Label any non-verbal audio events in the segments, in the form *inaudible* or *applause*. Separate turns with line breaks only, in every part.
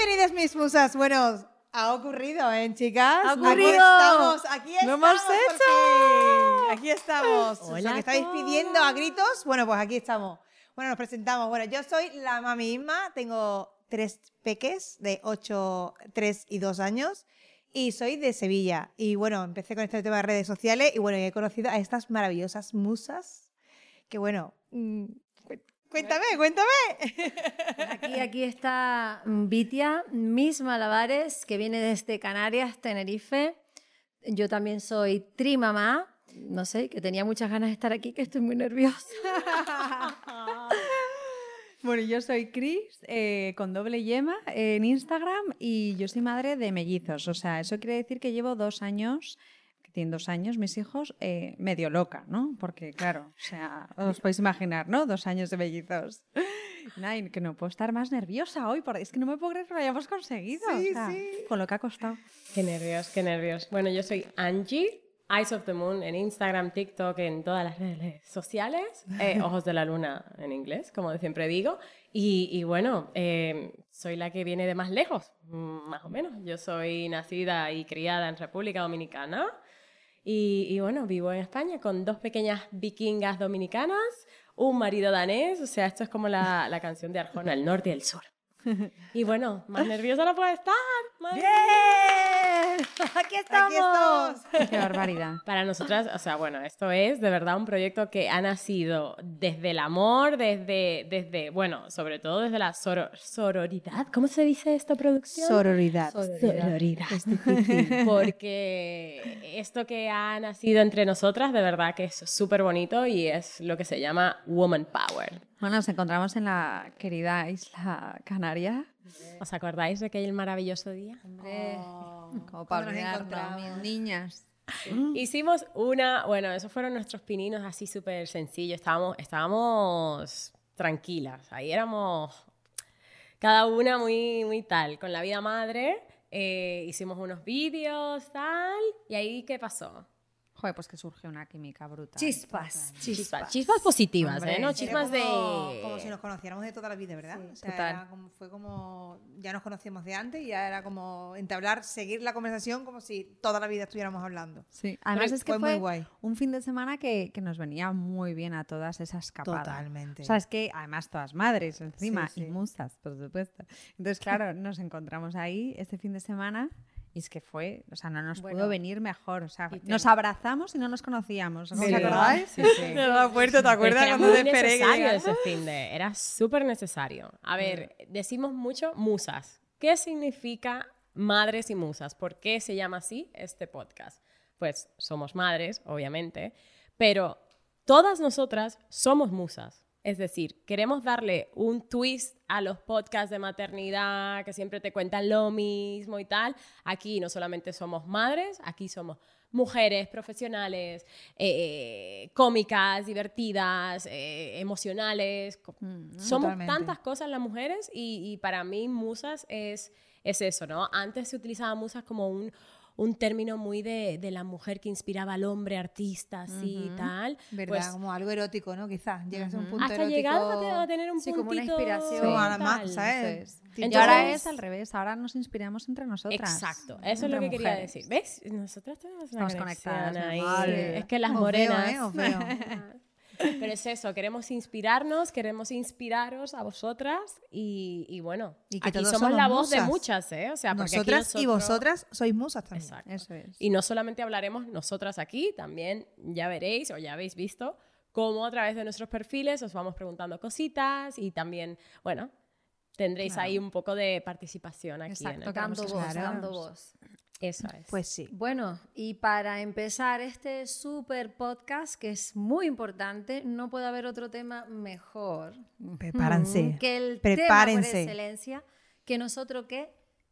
queridas mis musas, bueno, ha ocurrido, ¿eh, chicas?
Ha
Aquí
ocurrido.
estamos, aquí
Lo
estamos.
hemos
por
hecho.
fin. Aquí estamos. Os
Hola a
que estáis
todos.
pidiendo a gritos, bueno, pues aquí estamos. Bueno, nos presentamos. Bueno, yo soy la mami Isma, tengo tres peques de 8, 3 y 2 años. Y soy de Sevilla. Y bueno, empecé con este tema de redes sociales y bueno, he conocido a estas maravillosas musas. Que bueno, mm, cu- cuéntame, cuéntame.
Aquí, aquí está Vitia, mis malabares, que viene desde Canarias, Tenerife. Yo también soy trimamá. No sé, que tenía muchas ganas de estar aquí, que estoy muy nerviosa.
Bueno, yo soy Cris, eh, con doble yema en Instagram y yo soy madre de mellizos. O sea, eso quiere decir que llevo dos años, que tienen dos años mis hijos, eh, medio loca, ¿no? Porque, claro, o sea, os podéis imaginar, ¿no? Dos años de mellizos. Nada, y que no puedo estar más nerviosa hoy, porque es que no me puedo creer que lo hayamos conseguido. o
Sí,
sea,
sí.
Con lo que ha costado.
Qué nervios, qué nervios. Bueno, yo soy Angie, Eyes of the Moon en Instagram, TikTok, en todas las redes sociales, eh, Ojos de la Luna en inglés, como siempre digo. Y, y bueno, eh, soy la que viene de más lejos, mm, más o menos. Yo soy nacida y criada en República Dominicana. Y, y bueno, vivo en España con dos pequeñas vikingas dominicanas, un marido danés, o sea, esto es como la, la canción de Arjona, el norte y el sur. Y bueno, más nerviosa no puede estar. madre
*laughs* aquí estamos.
Aquí estamos.
Qué
*laughs*
barbaridad.
Para nosotras, o sea, bueno, esto es de verdad un proyecto que ha nacido desde el amor, desde, desde bueno, sobre todo desde la soro- sororidad. ¿Cómo se dice esto, producción?
Sororidad.
Sororidad. *laughs* Porque esto que ha nacido entre nosotras, de verdad que es súper bonito y es lo que se llama woman power.
Bueno, nos encontramos en la querida isla Canaria.
¿Os acordáis de aquel maravilloso día? Oh.
Como
para Cuando
para
nos olvidarnos, mis
mis
encontramos.
niñas.
Hicimos una, bueno, esos fueron nuestros pininos así súper sencillos. Estábamos, estábamos tranquilas. Ahí éramos cada una muy, muy tal. Con la vida madre eh, hicimos unos vídeos, tal. ¿Y ahí qué pasó?
Joder, pues que surge una química brutal.
Chispas.
Chispas, chispas positivas,
Hombre,
¿eh?
era
No
Era
chispas
como,
de...
como si nos conociéramos de toda la vida, ¿verdad? o sea,
total.
era como- fue como. Ya nos conocíamos de antes y ya era como entablar, seguir la conversación como si toda la vida estuviéramos hablando.
Sí, además
Fue-
es que
fue
fue,
muy guay.
un fin de semana que, que nos venía muy bien a todas esas escapada.
Totalmente.
O sea, es que además todas madres encima
Sí, sí.
y musas, por supuesto.
*laughs*
Entonces, claro, nos encontramos ahí este fin de semana y es que fue, o sea, no nos
Bueno.
pudo venir mejor. O sea,
Y te-
nos abrazamos y no nos conocíamos. ¿Os
Sí.
acordáis?
Sí, sí.
acuerdo, ¿te
Pero es que era muy necesario ese fin de, era súper necesario. A ver, decimos mucho musas. ¿Qué significa madres y musas? ¿Por qué se llama así este podcast? Pues somos madres, obviamente, pero todas nosotras somos musas. Es decir, queremos darle un twist a los podcasts de maternidad que siempre te cuentan lo mismo y tal. Aquí no solamente somos madres, aquí somos mujeres profesionales, eh, cómicas, divertidas, eh, emocionales. co- Somos
totalmente.
tantas cosas las mujeres y, y para mí musas es, es eso, ¿no? Antes se utilizaba musas como un, un término muy de, de la mujer que inspiraba al hombre artista, así y tal.
¿Verdad?
Pues,
como algo erótico, ¿no? Quizás. Llegas a un
Ujú.
punto
hasta
erótico.
llegado a te- a tener un
Sí,
puntito
como una inspiración.
como a la ma-
tal.
¿sabes?
Y
Entonces-
ahora es al revés, ahora nos inspiramos entre nosotras.
Exacto, eso es
entre
lo que quería
mujeres.
decir. ¿Ves? Nosotras tenemos una
Estamos
conexión
conectadas, mi
ahí.
amor.
Es que las
Os veo,
morenas.
¿eh? Os
*laughs*
veo.
Pero es eso, queremos inspirarnos, queremos inspiraros a vosotras y, y bueno,
Y que
aquí
todos
somos,
somos
la voz de
musas.
muchas, ¿eh? O sea, porque aquí
Nosotras y
nosotros-
vosotras sois musas también.
Exacto.
Eso es.
Y no solamente hablaremos nosotras aquí, también ya veréis o ya habéis visto cómo a través de nuestros perfiles os vamos preguntando cositas y también, bueno, tendréis
Claro.
ahí un poco de participación aquí en
Exacto,
el
que
Dando
Vamos
voz,
a escuchar.
dando voz.
Eso es.
Pues sí.
Bueno, y para empezar este super podcast, que es muy importante, no puede haber otro tema mejor
Prepárense.
que el tema por
Prepárense.
excelencia, que nosotros qué,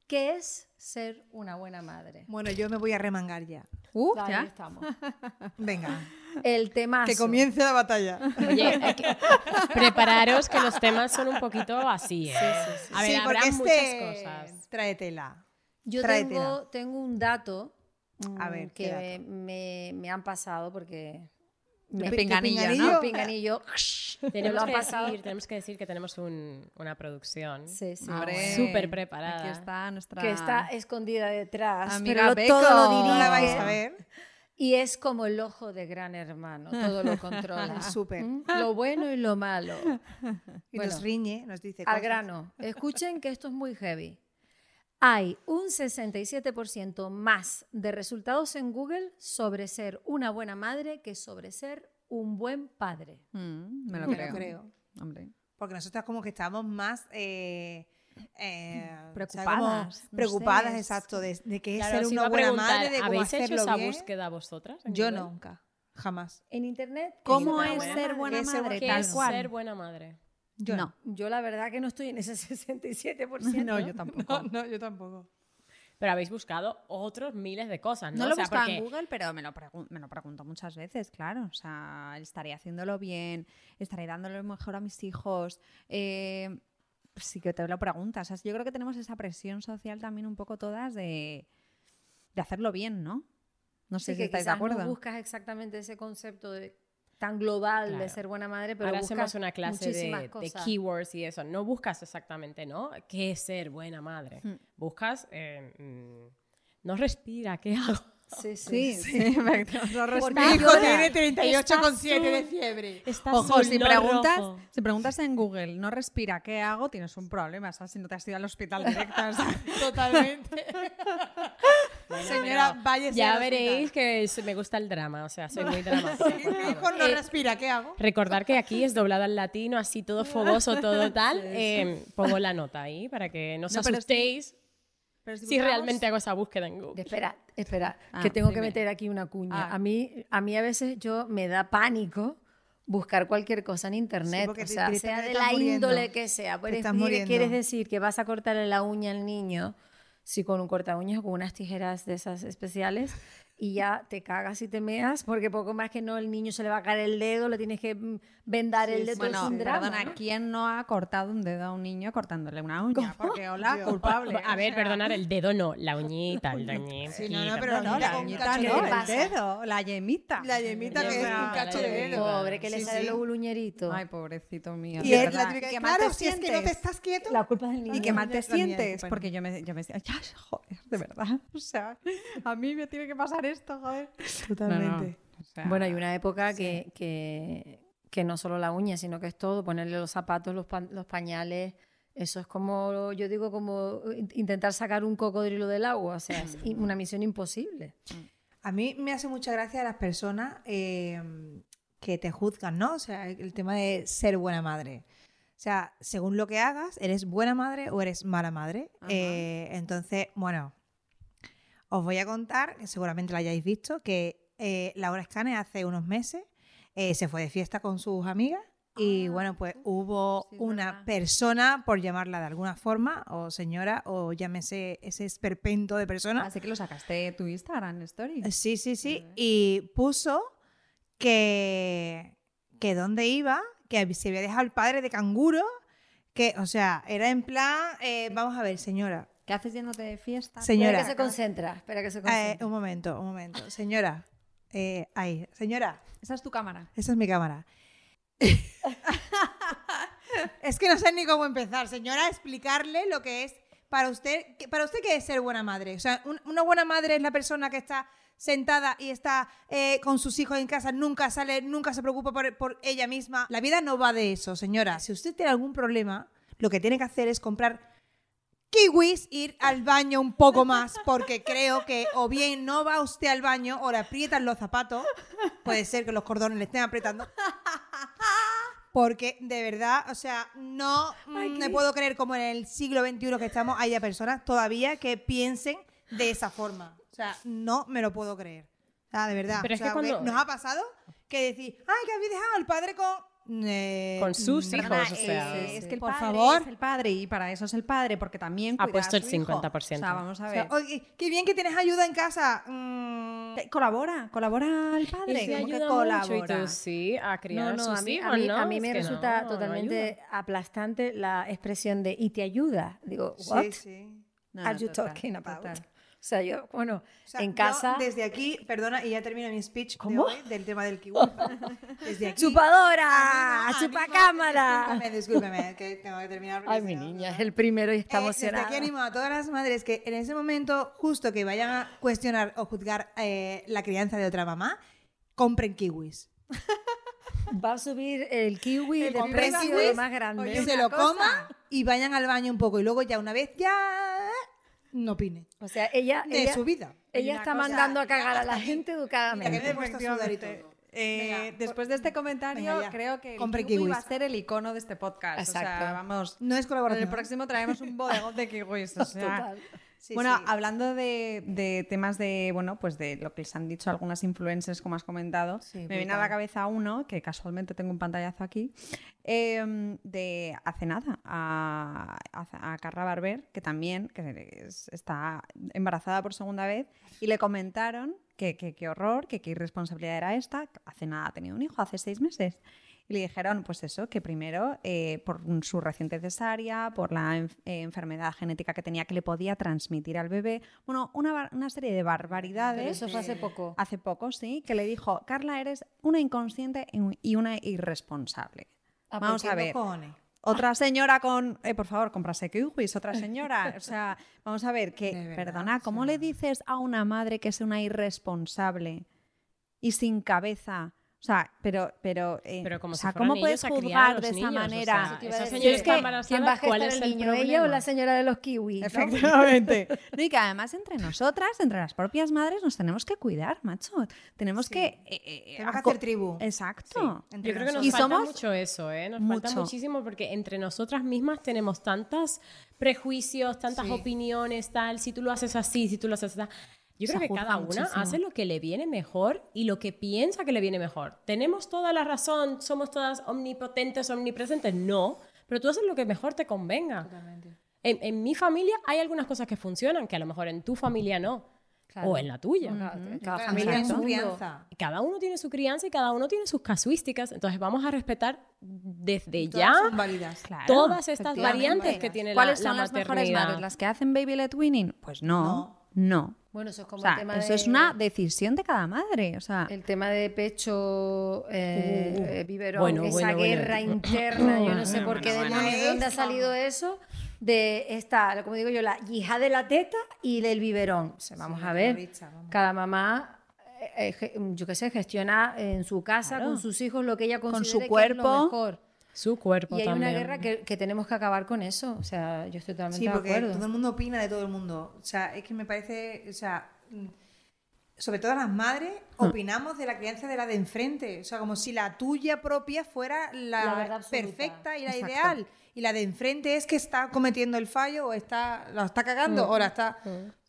qué es ser una buena madre.
Bueno, yo me voy a remangar ya.
Uh,
Ahí
ya.
estamos.
*laughs*
Venga.
*laughs* El tema
que comience la batalla. *laughs*
Oye, hay que- prepararos que los temas son un poquito así, ¿eh? A ver,
sí,
habrá
porque
muchas
este
cosas.
trae tela.
Yo
Tráetela.
tengo, tengo un dato
A
mm,
ver, ¿qué
que
dato?
Me, me han pasado porque
Me
Pe-
pinganillo, ¿no?
*laughs* pinganillo.
Un pinganillo. me lo
Tenemos
ha
que,
pasado.
decir, tenemos que decir que tenemos un- una producción
Sí, sí.
Hombre,
súper preparada. eh,
Aquí está nuestra...
Que está escondida detrás.
Amiga
pero lo- todo lo
Beko.
No
dirige.
la vais a ver.
Y es como el ojo de gran hermano.
*laughs*
Todo lo controla.
Súper.
¿Mm? Lo bueno y lo malo.
Y
Bueno.
nos riñe, nos dice
Al
cosas.
grano. Escuchen que esto es muy heavy. Hay un 67% más de resultados en Google sobre ser una buena madre que sobre ser un buen padre.
Mm, me lo
Me
creo.
lo creo.
Hombre.
Porque nosotras como que estamos más... eh, eh, o sea, como
Preocupadas, no sé,
preocupadas,
es-
exacto, de, de qué es
Claro,
ser
os
una
iba a
buena
preguntar,
madre, de cómo
¿Habéis hecho
hacerlo
esa
bien.
búsqueda vosotras? en
Yo
Google?
nunca, jamás.
En internet.
¿Cómo
es
es
buena
ser
madre?
buena
¿Qué es ser
madre?
¿Qué
Tal
es
cual.
ser buena madre?
Yo
no.
Yo la verdad que no estoy en ese *laughs* 67%.
No, yo
*laughs* No,
tampoco.
no, yo tampoco.
Pero habéis buscado otros miles de cosas, ¿no?
No, lo
O sea,
buscaba en
porque-
Google, pero me lo, pregun- me lo pregunto muchas veces, claro. O sea, estaré haciéndolo bien, estaré dándole lo mejor a mis hijos. eh, sí que te lo preguntas. O sea, yo creo que tenemos esa presión social también un poco todas de, de hacerlo bien, ¿no? No
Sí,
sé si
que
estáis
quizás
de acuerdo.
no buscas exactamente ese concepto de- tan global de
Claro.
ser buena madre, pero
Ahora
buscas
hacemos una clase
muchísimas
de, de
cosas.
keywords y eso. No buscas exactamente, ¿no? ¿Qué es ser buena madre?
Hmm.
Buscas, eh, mm, no respira, ¿qué
*laughs*
hago?
Sí, sí.
Sí, sí, *laughs* perfecto.
Porque
Mi hijo
llora.
tiene
Estás
38,7
tú.
de fiebre.
Estás
Ojo, si preguntas, si preguntas en Google, no respira, ¿qué hago? Tienes un problema, ¿sabes? Si no te has ido al hospital *laughs* directo. o sea.
Totalmente. Señora, váyase
Ya
al
veréis que es- me gusta el drama, o sea,
*laughs*
soy muy dramática.
hospital. Mi hijo no
Eh,
respira, ¿qué hago?
Recordar que aquí es doblado al latino, así todo
*laughs*
fogoso, todo tal. Eh, pongo la nota ahí para que no os
No, pero es-
asustéis
Pero
si
buscamos-
realmente hago esa búsqueda en Google.
Espera, espera,
Ah,
que tengo
dime.
que meter aquí una cuña.
Ah.
A mí, a mí a veces yo me da pánico buscar cualquier cosa en
Sí,
internet,
porque
o
te-
sea,
te-
sea
te
de
estás
la
muriendo.
índole que sea. Por
Te estás
decir,
muriendo.
quieres decir que vas a cortarle la uña al niño, si con un corta uñas o con unas tijeras de esas especiales. Y ya te cagas y te meas, porque poco más que no, el niño se le va a caer el dedo, le tienes que mm, vendar el dedo. es
Bueno,
un drama,
perdona,
¿no?
¿quién no ha cortado un dedo a un niño
*laughs*
cortándole una uña? Porque hola, culpable.
A ver, perdonar el dedo no, la uñita, la uñita.
Sí, no, no, pero
No,
Mira,
la
con
uñita
cacho
de
no, el
pasa.
dedo, la yemita.
La yemita
que es un cacho de dedo.
Pobre, que le
Sí,
sale
sí.
lo buluñerito.
eh, Ay, pobrecito mío.
Y
de
es la
verdad.
típica,
Qué mal
claro,
te
si es que no te
sientes.
estás quieto.
la culpa es del niño.
Y que mal te
Yo también,
sientes,
bueno.
porque yo me, yo me decía, "Ay, joder, de verdad, *laughs* o sea, a mí me tiene que pasar esto, joder.
Totalmente.
No, no, o sea,
Bueno, hay una época que, que, que no solo la uña, sino que es todo, ponerle los zapatos, los, pa- los pañales. Eso es como, yo digo, como in- intentar sacar un cocodrilo del agua, o sea, es i- una misión imposible.
A mí me hace mucha gracia las personas eh, que te juzgan, ¿no? O sea, el tema de ser buena madre. O sea, según lo que hagas, eres buena madre o eres mala madre.
Ajá.
Eh, entonces, bueno, os voy a contar, que seguramente lo hayáis visto, que eh, Laura Escane hace unos meses eh, se fue de fiesta con sus amigas y,
Ah,
bueno, pues hubo
sí, es
una
verdad.
persona, por llamarla de alguna forma, o señora, o llámese ese esperpento de persona,
Así Ah, que lo sacaste de tu Instagram Story. *laughs*
Sí, sí, sí.
Ujú.
Y puso que, que dónde iba, que se había dejado el padre de canguro, que, o sea, era en plan, eh, vamos a ver, señora,
¿Qué haces yéndote de
*laughs*
fiesta?
señora,
Espera que se concentra, espera que se
eh,
concentra.
un momento, un momento, señora, eh, ahí, señora,
Esa es tu cámara.
esa es mi cámara. es que no sé ni cómo empezar, señora, explicarle lo que es para usted, que- para usted qué es ser buena madre. O sea, un- una buena madre es la persona que está sentada y está eh, con sus hijos en casa, nunca sale, nunca se preocupa por, por ella misma. La vida no va de eso, señora. Si usted tiene algún problema, lo que tiene que hacer es comprar kiwis, ir al baño un poco más, porque creo que o bien no va usted al baño o le aprietan los zapatos, puede ser que los cordones le estén apretando. Porque de verdad, o sea, no mm, me puedo creer como en el siglo XXI que estamos haya personas todavía que piensen de esa forma. O sea, no me lo puedo creer. O sea, de verdad.
Pero
O
es que
sea, porque
cuando-
nos ha pasado que decir, ay, que habéis dejado al padre con... eh,
Con sus
perdona,
hijos, o sea,
eh,
es que el
por
padre
favor.
es el padre y para eso es el padre, porque también
Ha
cuida
puesto
a
el
su hijo.
50%.
O sea, vamos a
O
ver.
sea, oye, qué bien que tienes ayuda en casa. Mm,
Te- colabora, colabora al
Y
padre. como
sí
que
ayuda mucho, y
colabora.
tú sí, a
No,
criar
no,
a sus
a mí, a
hijos,
mí-
¿no?
a mí
Es
me
que no,
resulta
no
totalmente
ayuda.
aplastante la expresión de y te ayuda. Digo, what
Sí, sí.
No,
are
no,
you
total,
talking about?
total.
O sea, yo, bueno,
O sea,
en
yo
casa,
desde aquí, perdona, y ya termino mi speech
¿Cómo?
de hoy del tema del
*laughs*
kiwi. Desde aquí.
¡chupadora!
animo- *laughs*
¡Chupacámara!
Discúlpeme, discúlpeme,
*laughs*
que tengo que terminar. porque
Ay,
si
mi
no,
niña,
no.
es el primero y está
Eh, desde
emocionada.
aquí animo a todas las madres que en ese momento, justo que vayan a cuestionar o juzgar eh, la crianza de otra mamá, compren kiwis.
Va a subir el kiwi
El
de
compren
precio
kiwis,
más grande.
Que se lo coma y vayan al baño un poco. Y luego ya una vez ya no opine.
O sea, ella,
De
ella,
su vida.
ella
una
está
cosa,
mandando a cagar a
hasta
la
aquí. Mira que me
gente
he
educadamente.
puesto a sudar y todo.
Eh,
Venga,
después de este comentario,
venga, ya.
creo que el
Compre
kiwi va
kiwis.
a ser el icono de este podcast. O sea,
Exacto.
vamos.
No es
En el
colaboración.
próximo traemos un bodegón de kiwis. O sea,
Total.
Sí,
bueno,
sí.
hablando de, de temas de, bueno, pues de lo que les han dicho algunas influencers, como has comentado,
Sí,
me viene a la
brutal.
cabeza uno, que casualmente tengo un pantallazo aquí, eh, de hace nada, a, a, a Carla Barber, que también que es- está embarazada por segunda vez, y le comentaron que que- qué horror, que qué irresponsabilidad era esta, que hace nada ha tenido un hijo, hace seis meses. Y le dijeron, pues eso, que primero, eh, por un- su reciente cesárea, por la enf- eh, enfermedad genética que tenía que le podía transmitir al bebé, bueno, una, bar- una serie de barbaridades.
Pero eso fue hace poco.
Hace poco, sí, que le dijo, Carla, eres una inconsciente y un- y una irresponsable.
Ah,
Vamos
¿Qué
a ver.
cojones?
*laughs*
Otra señora con, eh, por favor, comprase kiwis, otra señora. O sea, vamos a ver, que,
De verdad,
perdona,
o
¿cómo
sea.
le dices a una madre que es una irresponsable y sin cabeza? O sea, pero, pero, eh,
Pero como
o sea,
si fueran
¿cómo
ellos
puedes
a criar a
juzgar
los
de esa
niños, o
manera?
sea,
Te iba a
esa
decir,
señora
es
está
que-
embarazada,
¿Quién va a
¿cuál
gestar
es
el
el
niño, ella o
problema?
la señora de los kiwis? no?
Efectivamente. No, y que además entre nosotras, entre las propias madres, nos tenemos que cuidar, macho. Tenemos
Sí.
que... eh, eh,
Tenemos que
aco-
hacer tribu.
Exacto.
Sí. entre
Yo creo que nos
nosotras.
falta
Y somos
mucho eso, ¿eh? Nos
mucho.
falta muchísimo porque entre nosotras mismas tenemos tantos prejuicios, tantas
Sí.
opiniones, tal, si tú lo haces así, si tú lo haces así. Yo
Se
creo que
juzga
cada una
muchísimo.
hace lo que le viene mejor y lo que piensa que le viene mejor. ¿Tenemos toda la razón? ¿Somos todas omnipotentes, omnipresentes? No, pero tú haces lo que mejor te convenga. En, en mi familia hay algunas cosas que funcionan, que a lo mejor en tu familia no,
Claro.
o en la tuya.
Una- Cada
Claro,
familia
tiene
es
su
un mundo.
crianza.
Cada uno tiene su crianza y cada uno tiene sus casuísticas, entonces vamos a respetar desde
Todas
ya
son válidas.
Claro,
todas estas
efectivamente.
variantes que tiene la,
¿Cuáles son
la
las mejores
maternidad.
madres? ¿Las que hacen baby led winning? Pues no, no.
Bueno, eso es
O
como
sea,
el tema
eso
de...
es una decisión de cada madre. O sea,
El tema de pecho, eh,
Uh,
eh, biberón,
bueno,
esa
bueno, Ah, bueno.
guerra interna, yo no sé por qué
bueno.
demonios, de dónde ha
Maestra.
salido eso, de esta, como digo yo, la hija de la teta y del biberón. O sea, vamos
Sí,
a ver,
dicha, vamos.
cada mamá, eh, eh, ge- yo qué sé, gestiona en su casa,
Claro.
con sus hijos, lo que ella
Con
considera
su
que es
cuerpo.
lo mejor.
Su cuerpo
Y hay
también.
una guerra que, que tenemos que acabar con eso. O sea, yo estoy totalmente
Sí, porque
de acuerdo.
todo el mundo opina de todo el mundo. O sea, es que me parece, o sea, mm, sobre todo las madres,
Mm.
opinamos de la crianza de la de enfrente. O sea, como si la tuya propia fuera la,
La verdad absoluta.
perfecta y la
Exacto.
ideal. Y la de enfrente es que está cometiendo el fallo o está, la está
Mm.
cagando o la está...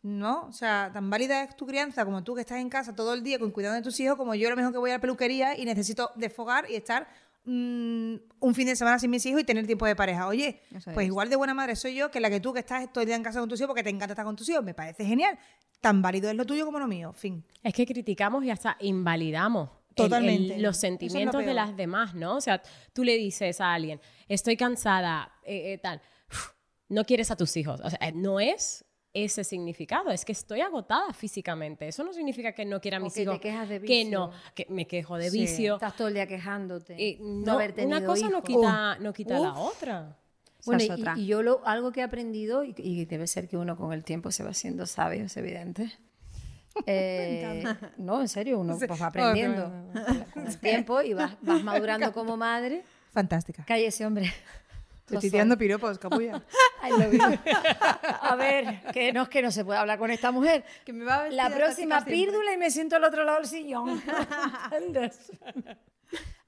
¿No? O sea, tan válida es tu crianza como tú que estás en casa todo el día con cuidado de tus hijos, como yo a lo mejor que voy a la peluquería y necesito desfogar y estar mm, un fin de semana sin mis hijos y tener tiempo de pareja. Oye,
Eso
pues
es.
igual de buena madre soy yo que la que tú que estás todo el día en casa con tus hijos porque te encanta estar con tus hijos. Me parece genial. Tan válido es lo tuyo como lo mío. Fin.
Es que criticamos y hasta invalidamos. el- el-
Totalmente. Eso
los
es lo
sentimientos de
peor.
las demás, ¿no? O sea, tú le dices a alguien, estoy cansada, eh, eh, tal, Uf, no quieres a tus hijos. O sea, eh, no es ese significado, es que estoy agotada físicamente. Eso no significa que no quiera a
O
mis
que te
hijos.
quejas de
Que
vicio.
no, que me quejo de
Sí.
vicio.
Estás todo el día quejándote.
Eh,
no,
no,
haber tenido
una cosa no
hijos.
quita, no quita la
Uf.
otra.
Bueno,
es
y-
otra.
Y, yo lo, algo que he aprendido, y, y debe ser que uno con el tiempo se va haciendo sabio, es
*laughs*
evidente. Eh, no, en serio, uno pues, va aprendiendo con
*laughs*
el tiempo y vas, vas madurando como madre.
Fantástica.
Cállese, hombre. *laughs*
Te
Lo
estoy
soy.
tirando piropos, capulla.
Ay, lo vi.
*laughs*
A ver, que no es que no se pueda hablar con esta mujer.
Que me va a vestir
La
hasta
próxima
chicas siempre.
pírdula y me siento al otro lado del sillón. ¿Entiendes?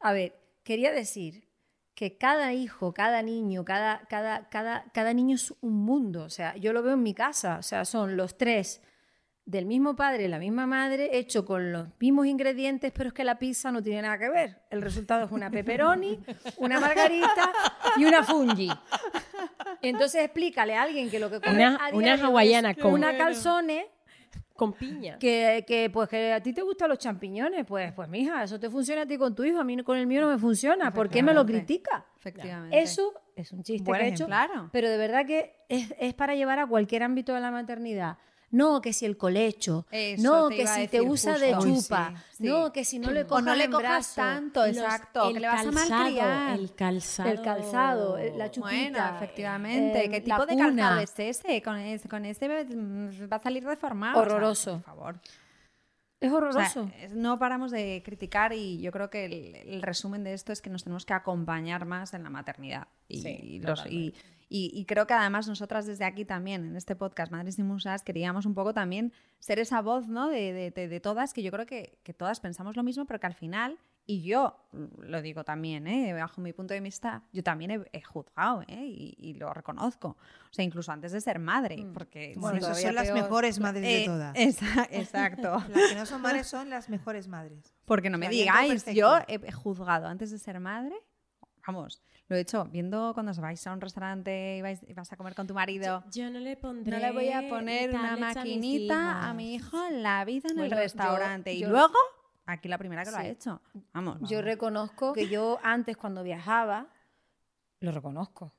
A ver, quería decir que cada hijo, cada niño, cada, cada, cada, cada niño es un mundo. O sea, yo lo veo en mi casa. O sea, son los tres del mismo padre, la misma madre, hecho con los mismos ingredientes, pero es que la pizza no tiene nada que ver. El resultado es una pepperoni, una margarita y una fungi. Entonces explícale a alguien que lo que come
Una-
a
una
diario es
hawaiana con-
una calzone
Con piña.
que, que, pues que a ti te gustan los champiñones, pues pues mija, eso te funciona a ti con tu hijo, a mí no- con el mío no me funciona, ¿por qué me lo critica?
Efectivamente.
Eso es un chiste
Buen
que he hecho,
ejemplar.
pero de verdad que es, es para llevar a cualquier ámbito de la maternidad. no, que si el colecho,
Eso
no,
te
que
iba a
si te
decir
usa
justo.
de
Uy,
chupa,
sí, sí.
no, que si no le
O
cojas
no le
en
cojas
brazo.
tanto, exacto,
el
que le vas a
calzado,
malcriar.
El calzado.
El calzado, eh, la chupita.
Bueno, efectivamente.
eh,
¿Qué
la
tipo de
cuna.
calzado es ese? Con, es- con ese mm, va a salir deformado. o sea,
Horroroso.
por favor.
Es
O sea,
horroroso.
es- no paramos de criticar y yo creo que el, el resumen de esto es que nos tenemos que acompañar más en la maternidad. Y,
Sí,
los- y, y- y creo que además nosotras desde aquí también, en este podcast Madres y Musas, queríamos un poco también ser esa voz ¿no? de, de- de- de todas, que yo creo que, que todas pensamos lo mismo, pero que al final, y yo lo digo también, ¿eh? bajo mi punto de vista, yo también he, he juzgado ¿eh? y, y lo reconozco. O sea, incluso antes de ser madre, porque...
Bueno,
sí,
esas
todavía
son las
peor.
mejores madres
eh,
de todas.
esa- *laughs* exacto.
Las que no son madres son las mejores madres.
Porque no me
O sea, bien
digáis,
todo
yo he juzgado antes de ser madre, vamos, lo he hecho viendo cuando os vais a un restaurante y vais, y vas a comer con tu marido.
Yo no le pondré.
No le voy a poner una
tablets a mis
maquinita a mi
hijas.
hijo en la vida en
Bueno,
el
yo-
restaurante. y
yo-
luego, aquí la primera que lo ha
Sí.
hecho. Vamos.
Yo reconozco que yo antes cuando viajaba, lo reconozco.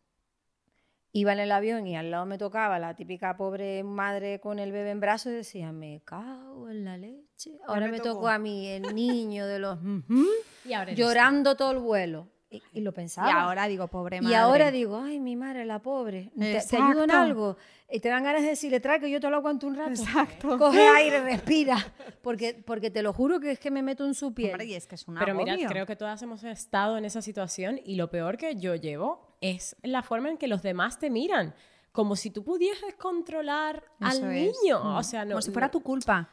Iba en el avión y al lado me tocaba la típica pobre madre con el bebé en brazos y decía, me cago en la leche. Ahora
me
me tocó
tocó".
a mí,
*laughs*
el niño de los... "Ujú",
Y ahora eres
llorando todo el vuelo. Y, y lo pensaba.
y ahora digo, pobre
Y
madre.
ahora digo, ay, mi madre, la pobre, ¿te, te ayudo en
Exacto.
algo? Y te dan ganas de decirle, trae que yo te lo aguanto un rato. *laughs*
*laughs* Exacto. *laughs*
Coge aire, respira. Porque, porque te lo juro que es que me meto en su piel.
Hombre, y es que es una
Pero mira, creo que todas hemos estado en esa situación y lo peor que yo llevo es la forma en que los demás te miran. Como si tú pudieses controlar
Eso
al
es.
niño.
Mm.
O sea, no.
Como si fuera
no- Ah,
tu culpa.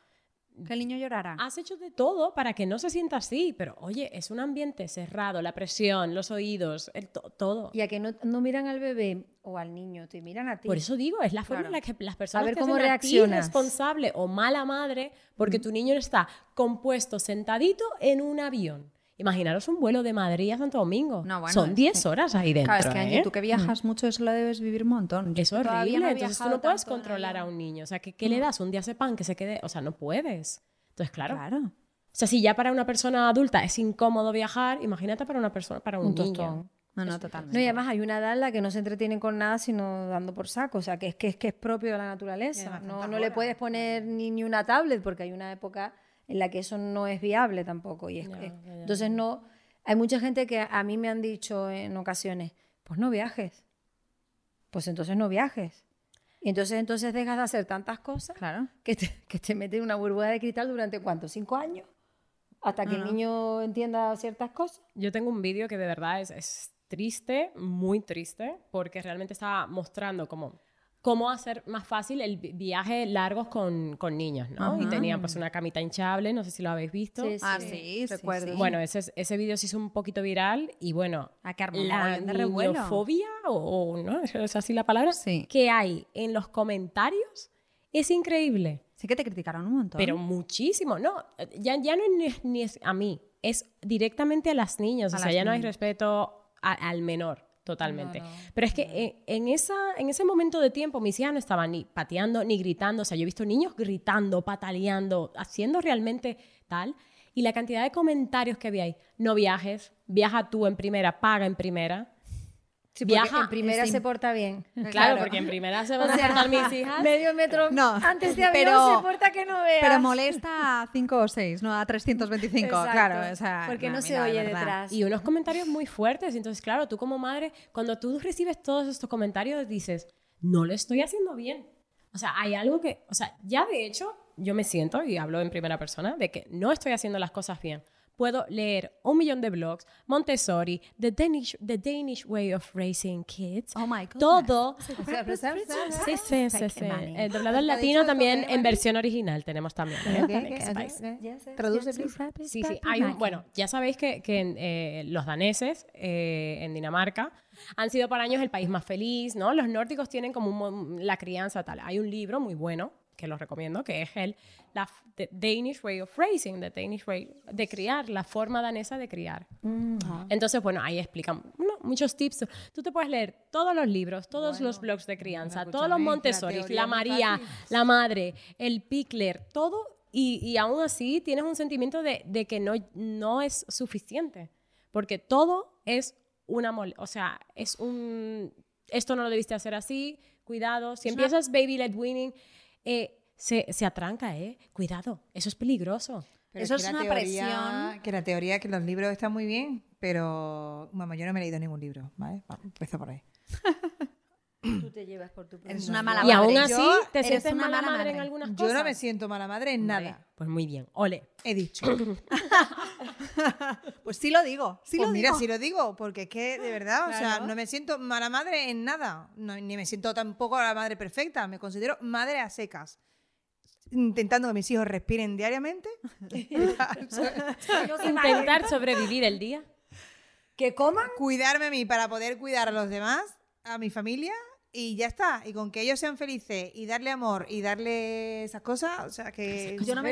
Que el niño llorara.
Has hecho de todo para que no se sienta así. Pero oye, es un ambiente cerrado, la presión, los oídos, el to- todo.
Y a que no, no miran al bebé o al niño, te miran a ti.
Por eso digo, es la forma en
Claro.
la que las personas
A ver
te
cómo
hacen a ti
reaccionas.
responsable o mala madre porque tu niño está compuesto sentadito en un avión. Imaginaros un vuelo de Madrid a Santo Domingo.
No, bueno,
Son
es
10 horas ahí dentro.
Claro, es que Angie,
¿eh?
tú que viajas
Mm.
mucho, eso lo debes vivir un montón. Yo
Es
que todavía
horrible.
no he
Entonces tú
viajado
no puedes
tanto en
controlar a
avión. Mm.
un niño. O sea, ¿qué, qué le das? ¿Un día ese pan que se quede? O sea, no puedes. Entonces, claro.
Claro.
O sea, si ya para una persona adulta es incómodo viajar, imagínate para una persona, para un,
un
niño.
tostón.
No, no, totalmente.
No, y además hay una edad en la que no se entretienen con nada sino dando por saco. O sea, que es que es, que es propio de la
Y
naturaleza.
además
No,
tantas
no le
horas.
puedes poner ni, ni una tablet porque hay una época en la que eso no es viable tampoco. Y es,
Ya,
es-
ya, ya.
entonces no... Hay mucha gente que a mí me han dicho en ocasiones, pues no viajes. Pues entonces no viajes. Y entonces, entonces dejas de hacer tantas cosas
Claro.
que te, que te meten en una burbuja de cristal durante cuánto, cinco años, hasta que
No,
Ah.
el
no.
niño entienda ciertas cosas.
Yo tengo un vídeo que de verdad es, es triste, muy triste, porque realmente estaba mostrando cómo, cómo hacer más fácil el vi- viaje largos con, con niños, ¿no? Y
Ajá.
tenía pues una camita hinchable, no sé si lo habéis visto.
Sí,
Ah,
sí,
sí, sí,
recuerdo.
sí.
Bueno, ese, ese vídeo se hizo un poquito viral y bueno,
A que armó un
la
mogollón de revuelo.
niñofobia, o, o no, *laughs* es así la palabra,
Sí.
que hay en los comentarios es increíble.
Sí que te criticaron un montón.
Pero muchísimo, no, ya, ya no ni es, ni es a mí, es directamente a las niñas,
A
o sea,
las
ya no hay
niñas.
respeto a- al menor totalmente.
No, no,
Pero es que en, en esa, en ese momento de tiempo mis hijas no estaban ni pateando ni gritando, o sea, yo he visto niños gritando, pataleando, haciendo realmente tal, y la cantidad de comentarios que había ahí, no viajes, viaja tú en primera, paga en primera.
Sí, porque
Viaja,
en primera
sí.
se porta bien.
Claro, porque en primera se
Pues *laughs* O
van a
sea,
saltar mis hijas.
Medio metro
*laughs*
No,
antes de avión
pero-
se porta que no veas.
Pero molesta a 5 o 6, no a 325.
Exacto,
Claro, o sea,
porque no, se
mira, de
oye
verdad.
detrás.
Y unos comentarios muy fuertes. Entonces, claro, tú como madre, cuando tú recibes todos estos comentarios, dices, no lo estoy haciendo bien. O sea, hay algo que, o sea, ya de hecho, yo me siento, y hablo en primera persona, de que no estoy haciendo las cosas bien. Puedo leer un millón de blogs, Montessori, The Danish, the Danish Way of Raising Kids,
Oh my God.
todo.
O sea, pero ¿sabes?
Sí, sí, sí, sí. El doblado en
Hasta
latino
dicho
también
comer,
en
¿vale?
versión original tenemos también. ¿eh? Para que sepáis.
Ya sé.
Traduce,
Sí, sí.
please.
Sí, sí. Hay un- bueno, ya sabéis que, que en, eh, los daneses eh, en Dinamarca han sido para años el país más feliz, ¿no? Los nórdicos tienen como un mon- la crianza tal. Hay un libro muy bueno que los recomiendo, que es el la, f- The Danish Way of Raising, The Danish Way de criar, la forma danesa de criar. Entonces, bueno, ahí explican ¿no? muchos tips. Tú te puedes leer todos los libros, todos los blogs de crianza, todos los
escúchame, la
Montessori, la,
teoría no es
María,
fácil.
la madre, el pickler, todo. Y, y aún así tienes un sentimiento de, de que no, no es suficiente. Porque todo es una mole. O sea, es un. Esto no lo debiste hacer así, cuidado. Si empiezas baby led winning, eh, se, se atranca, ¿eh? Cuidado, eso es peligroso.
Pero
Eso
que
es
la
una
teoría-
presión.
Que la teoría que los libros están muy bien, pero mamá, yo no me he leído ningún libro, ¿vale? Vamos, empiezo por ahí.
Tú te llevas por tu Eres una
yo-
mala
y
madre.
aún
Yo
así, te
eres
sientes
una
mala
mala
madre, en
madre.
algunas
Yo
cosas.
no me siento mala madre en nada.
Pues muy bien, ole.
He dicho.
Pues sí lo digo. Sí
pues
lo
mira,
digo.
si lo digo, porque es que de verdad, o sea,
Claro.
no me siento mala madre en nada, No, ni me siento tampoco la madre perfecta, me considero madre a secas, intentando que mis hijos respiren
*laughs*
diariamente.
*laughs*
Yo soy madre.
*laughs*
Intentar sobrevivir el día.
Que coman.
cuidarme a mí para poder cuidar a los demás, a mi familia, y ya está. Y con que ellos sean felices y darle amor y darle esas cosas, o sea que... Eh,
Yo no me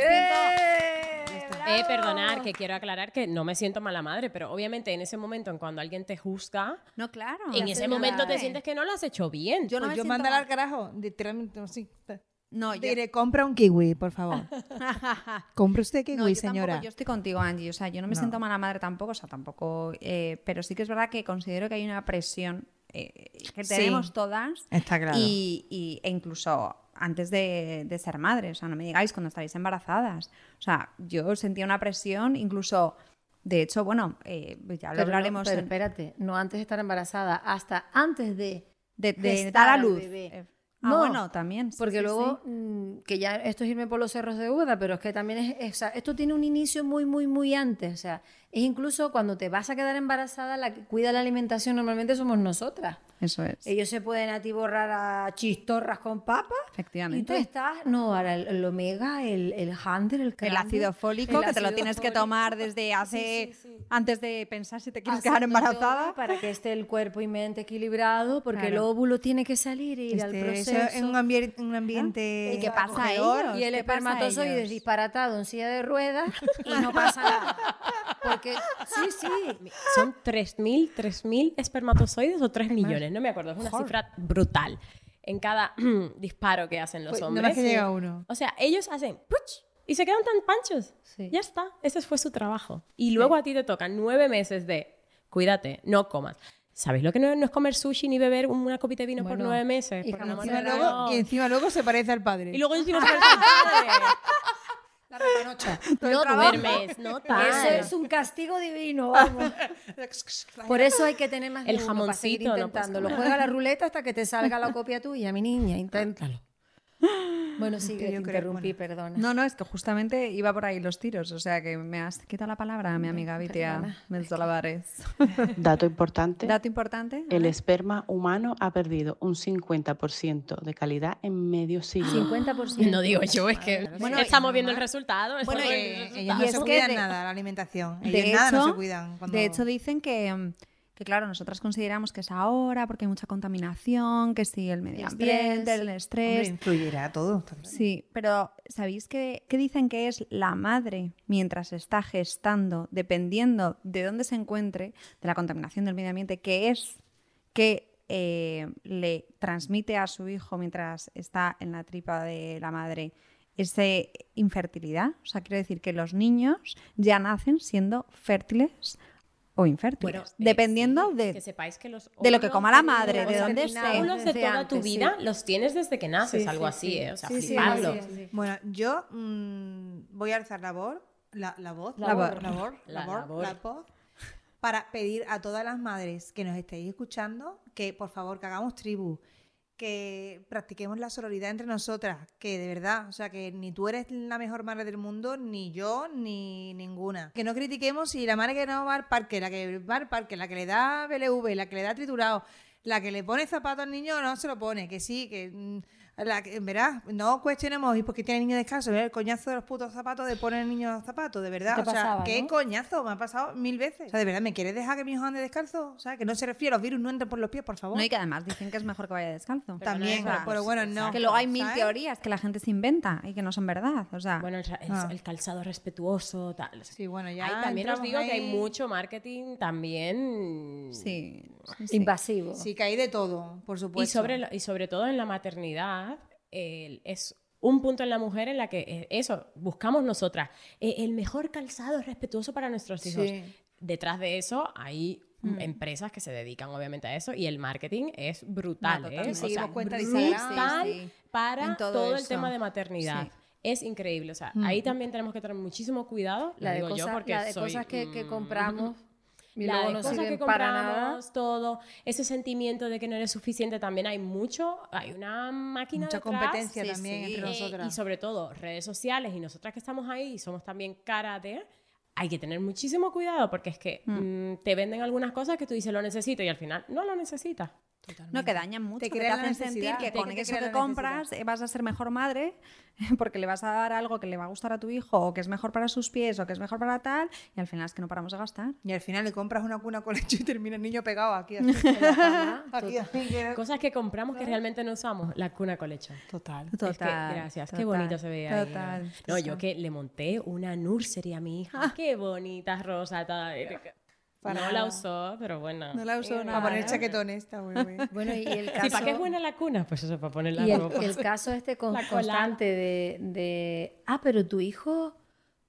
siento.
Eh, perdonar, que quiero aclarar que no me siento mala madre, pero obviamente en ese momento, en cuando alguien te juzga,
No, claro.
en
la
ese
señora,
momento
eh.
te sientes que no lo has hecho bien.
Yo no
Pues
me
yo
siento
mandaré
mal.
al carajo, literalmente así.
No, yo,
Diré, compra un kiwi, por
*laughs*
favor. Compre usted kiwi,
no, yo tampoco-
señora.
yo estoy contigo, Angie. O sea, yo no me
No.
siento mala madre tampoco. O sea, tampoco. eh, pero sí que es verdad que considero que hay una presión eh, que
Sí.
tenemos todas.
Está claro.
Y, y- e incluso antes de, de ser madre, o sea, no me digáis cuando estáis embarazadas. O sea, yo sentía una presión, incluso, de hecho, bueno, eh, ya
Pero
lo
no,
hablaremos
pero
en-
espérate, no antes de estar embarazada, hasta antes de.
de, de
gestar
dar a
al
luz.
bebé.
Eh, ah,
No,
bueno, también. sí,
Porque
sí,
luego,
sí.
mm, que ya esto es irme por los cerros de Buda, pero es que también es, es- o sea, esto tiene un inicio muy, muy, muy antes. O sea, es incluso cuando te vas a quedar embarazada, la que cuida la alimentación normalmente somos nosotras.
Eso es.
Ellos se pueden atiborrar a chistorras con papas. Y tú
Efectivamente.
estás, no, ahora el, el omega, el, el handel, el
El
cráneo,
ácido fólico,
el
que te lo
ácido
tienes que
fólico.
tomar desde hace. antes de pensar si te quieres quedar
Haciendo todo
embarazada.
Para que esté el cuerpo y mente equilibrado, porque el
Claro.
óvulo tiene que salir y ir al
Este, eso
proceso.
en un, ambier- un ambiente...
¿Y qué pasa a
acogedor.
ellos?
y el
¿Qué pasa a
espermatozoide
ellos?
disparatado en silla de ruedas y
*laughs*
no pasa nada. Porque sí, sí.
Son 3.000, 3.000 espermatozoides o 3 millones, no me acuerdo, es una cifra brutal en cada *clears throat* disparo que hacen los
Pues,
hombres.
Nada más que llega uno.
O sea, ellos hacen ¡puch! y se quedan tan panchos.
Sí.
Ya está, ese fue su trabajo. Y luego a ti te tocan nueve meses de cuídate, no comas. ¿Sabéis lo que no, no es comer sushi ni beber una copita de vino por
Bueno,
nueve meses?
y
Por
jamón
amor
Encima
de
Bueno,
luego-
Dios.
y encima luego se parece al padre.
Y luego encima se parece al
*laughs*
padre.
La repanocha.
No duermes, no tal.
Eso es un castigo
*laughs*
divino, vamos. Por eso hay que tener más de
El
uno para seguir
jamoncito, no pasa
intentándolo.
nada.
Juega la ruleta hasta que te salga la copia tuya, mi niña, inténtalo. Bueno, sí,
Que
te
yo creo-
interrumpí,
bueno.
perdona.
No, no, es que justamente iba por ahí los tiros. O sea, que me has quitado la palabra, mi amiga Vitia Menzolavares.
Dato importante,
Dato importante.
el esperma humano ha perdido un 50% de calidad en medio siglo.
50%.
No digo yo, es que
Bueno,
estamos
y
viendo el
mamá-
resultado.
Bueno,
estamos viendo el *laughs*
eh, ellas no
resultado.
Y
se
es que
cuidan
de-
nada, la alimentación.
De
Ellos nada no se
hecho-
cuidan. cuando-
De hecho, dicen que, mm, que, claro, nosotras consideramos que es ahora porque hay mucha contaminación, que sí, el medio
El
ambiente,
estrés.
el
Hombre,
estrés.
influirá todo. está claro.
Sí, pero ¿sabéis qué, qué dicen que es la madre mientras está gestando, dependiendo de dónde se encuentre, de la contaminación del medio ambiente, que es que eh, le transmite a su hijo mientras está en la tripa de la madre esa infertilidad? O sea, quiero decir que los niños ya nacen siendo fértiles o infértiles,
Bueno, eh,
dependiendo
sí,
de...
que sepáis que los
de lo que
óvulos
coma la
de-
madre,
los
de dónde esté.
óvulos de
Desde
toda tu
antes, sí.
vida los tienes desde que naces,
Sí,
algo
sí,
así,
sí.
¿eh? O sea,
Sí, sí,
fliparlo.
sí, sí.
Bueno, yo mm, voy a alzar la voz, la, la voz,
La
voz,
voz.
la voz, la
La
voz,
labor.
la voz, para pedir a todas las madres que nos estéis escuchando que por favor que hagamos tribu, que practiquemos la sororidad entre nosotras, que de verdad, o sea, que ni tú eres la mejor madre del mundo, ni yo, ni ninguna. Que no critiquemos si la madre que no va al parque, la que va al parque, la que le da BLV, la que le da triturado, la que le pone zapato al niño no se lo pone, que sí, que... mm, la que- verás, no cuestionemos y porque tiene niño descalzo, el coñazo de los putos zapatos de poner al niño los zapatos, de verdad.
te
o sea,
pasaba,
qué
no?
coñazo, me ha pasado mil veces. O sea, de verdad, ¿me quieres dejar que mi hijo ande descalzo? O sea, que no se refiere, los virus no entran por los pies, por favor.
No, y que además dicen que es mejor que vaya descalzo.
Pero
También,
no es
pero bueno,
exacto.
no.
Que luego hay mil
¿sabes?
teorías que la gente se inventa y que no son verdad. O sea,
Bueno, el, ra- es
Ah.
el calzado respetuoso, tal.
Sí, bueno, ya.
Ahí también os
entramos
digo que hay
ahí.
mucho marketing también.
sí.
uh,
sí, sí.
Invasivo.
Sí, que hay de todo, por
Y
supuesto.
sobre, lo- y sobre todo en la maternidad, el- es un punto en la mujer en la que eh, eso, buscamos nosotras. eh, el mejor calzado respetuoso para nuestros hijos.
Sí.
Detrás de eso hay mm, empresas que se dedican obviamente a eso y el marketing es
Ah,
brutal,
No,
¿eh?
totalmente.
O
Sí,
sea,
dimos cuenta de Instagram.
brutal
Sí, sí.
para
En
todo,
todo
el
eso.
tema de maternidad.
Sí.
Es increíble, o sea, ahí también tenemos que tener muchísimo cuidado, lo
Mm. La de
digo yo
cosas,
porque
la de
soy,
cosas que, que
mm,
compramos y
la
luego
de
no
cosas que
sirven para nada.
compramos, todo, ese sentimiento de que no eres suficiente también hay mucho, hay una máquina
Mucha
detrás,
competencia
sí,
también
sí,
entre
eh,
nosotras.
Y sobre todo redes sociales y nosotras que estamos ahí y somos también cara de, hay que tener muchísimo cuidado porque es que mm, te venden algunas cosas que tú dices lo necesito y al final no lo necesitas.
No, que dañan mucho,
Te
que te
crean la
hacen sentir
necesidad.
que
Te-
con
te
eso
crean
que
la
compras eh, vas a ser mejor madre *laughs* porque le vas a dar algo que le va a gustar a tu hijo o que es mejor para sus pies o que es mejor para tal y al final es que no paramos de gastar.
Y al final le compras una cuna con leche y termina el niño pegado
*laughs*
aquí. así. Aquí, así, que-
Cosas que compramos que realmente no usamos, la cuna con leche.
Total.
Es que, gracias, qué bonito se veía. ahí, ¿no?
Total.
no, yo que le monté una nursery a mi hija. Qué bonita rosa. tal.
Para
no la
nada.
usó, pero bueno.
No la usó
Eh,
Para
nada.
poner chaquetones, está muy *laughs* bien.
Bueno, y el caso...
Sí, ¿para qué es buena la cuna? Pues eso, para poner la
y el,
ropa.
el caso este con-
La colada.
constante de, de, ah, pero tu hijo,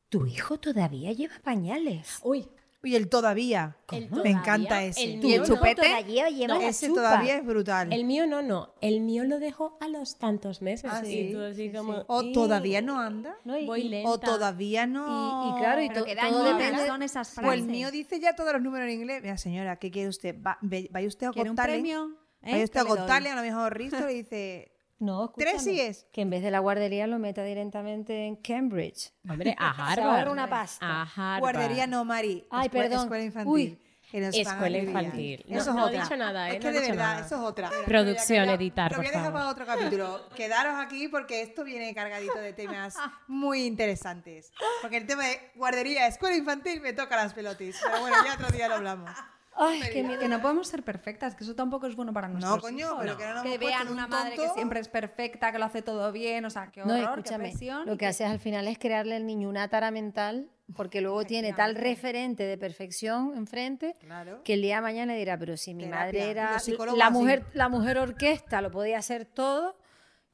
tu hijo todavía lleva pañales.
*laughs* Uy,
Y el todavía.
el
Me
todavía,
encanta ese.
el
Y el
mío no,
chupete.
Todavía lleva
No,
la
ese
chupa.
todavía es brutal.
El mío no, no. El mío lo dejó a los tantos meses.
Ah, sí,
Y tú así como...
O
"Y,
todavía no anda.
No, y-
Voy
y-
lenta.
O todavía no.
Y, y claro, y
Pero
to-
que
todo
daño
depende.
son esas frases.
O Pues el mío dice ya todos los números en inglés. Mira, señora, ¿qué quiere usted? Va- ve- ¿Vaya usted a
¿Quiere un
contarle?
premio? ¿Eh?
Vaya usted a
¿Qué le doy?
contarle a lo mejor Risto y dice.
No,
Tres
escúchame,
sigues.
Que en vez de la guardería lo meta directamente en Cambridge.
Hombre,
*laughs*
a Harvard.
ahorra una pasta.
A Harvard.
Guardería no, Mari.
Ay,
escue-
perdón.
Escuela infantil.
Uy.
Que nos van a
Escuela
vivir.
infantil. No-
Eso es
no he
otra.
dicho nada, ¿eh?
Es
No
que
he
de
dicho
verdad,
nada.
eso es otra.
Producción,
Lo voy a-
editar,
Lo voy a
por
dejar
favor.
para otro capítulo. Quedaros aquí porque esto viene cargadito de temas muy interesantes. Porque el tema de guardería, escuela infantil, me toca las pelotis. Pero bueno, ya otro día lo hablamos.
Ay, qué miedo.
Que no podemos ser perfectas, que eso tampoco es bueno para nosotros.
No, coño, pero que no nos
que
hemos puesto
vean
en un
una madre que
tonto.
siempre es perfecta, que lo hace todo bien, o sea, qué horror,
no,
qué
escúchame.
presión.
Lo que haces al final es crearle al niño una tara mental, porque luego tiene tal referente de perfección enfrente
Claro.
que el día de mañana dirá, pero si mi
Terapia. Y
madre era
los psicólogos
la
así.
mujer, la mujer orquesta, lo podía hacer todo.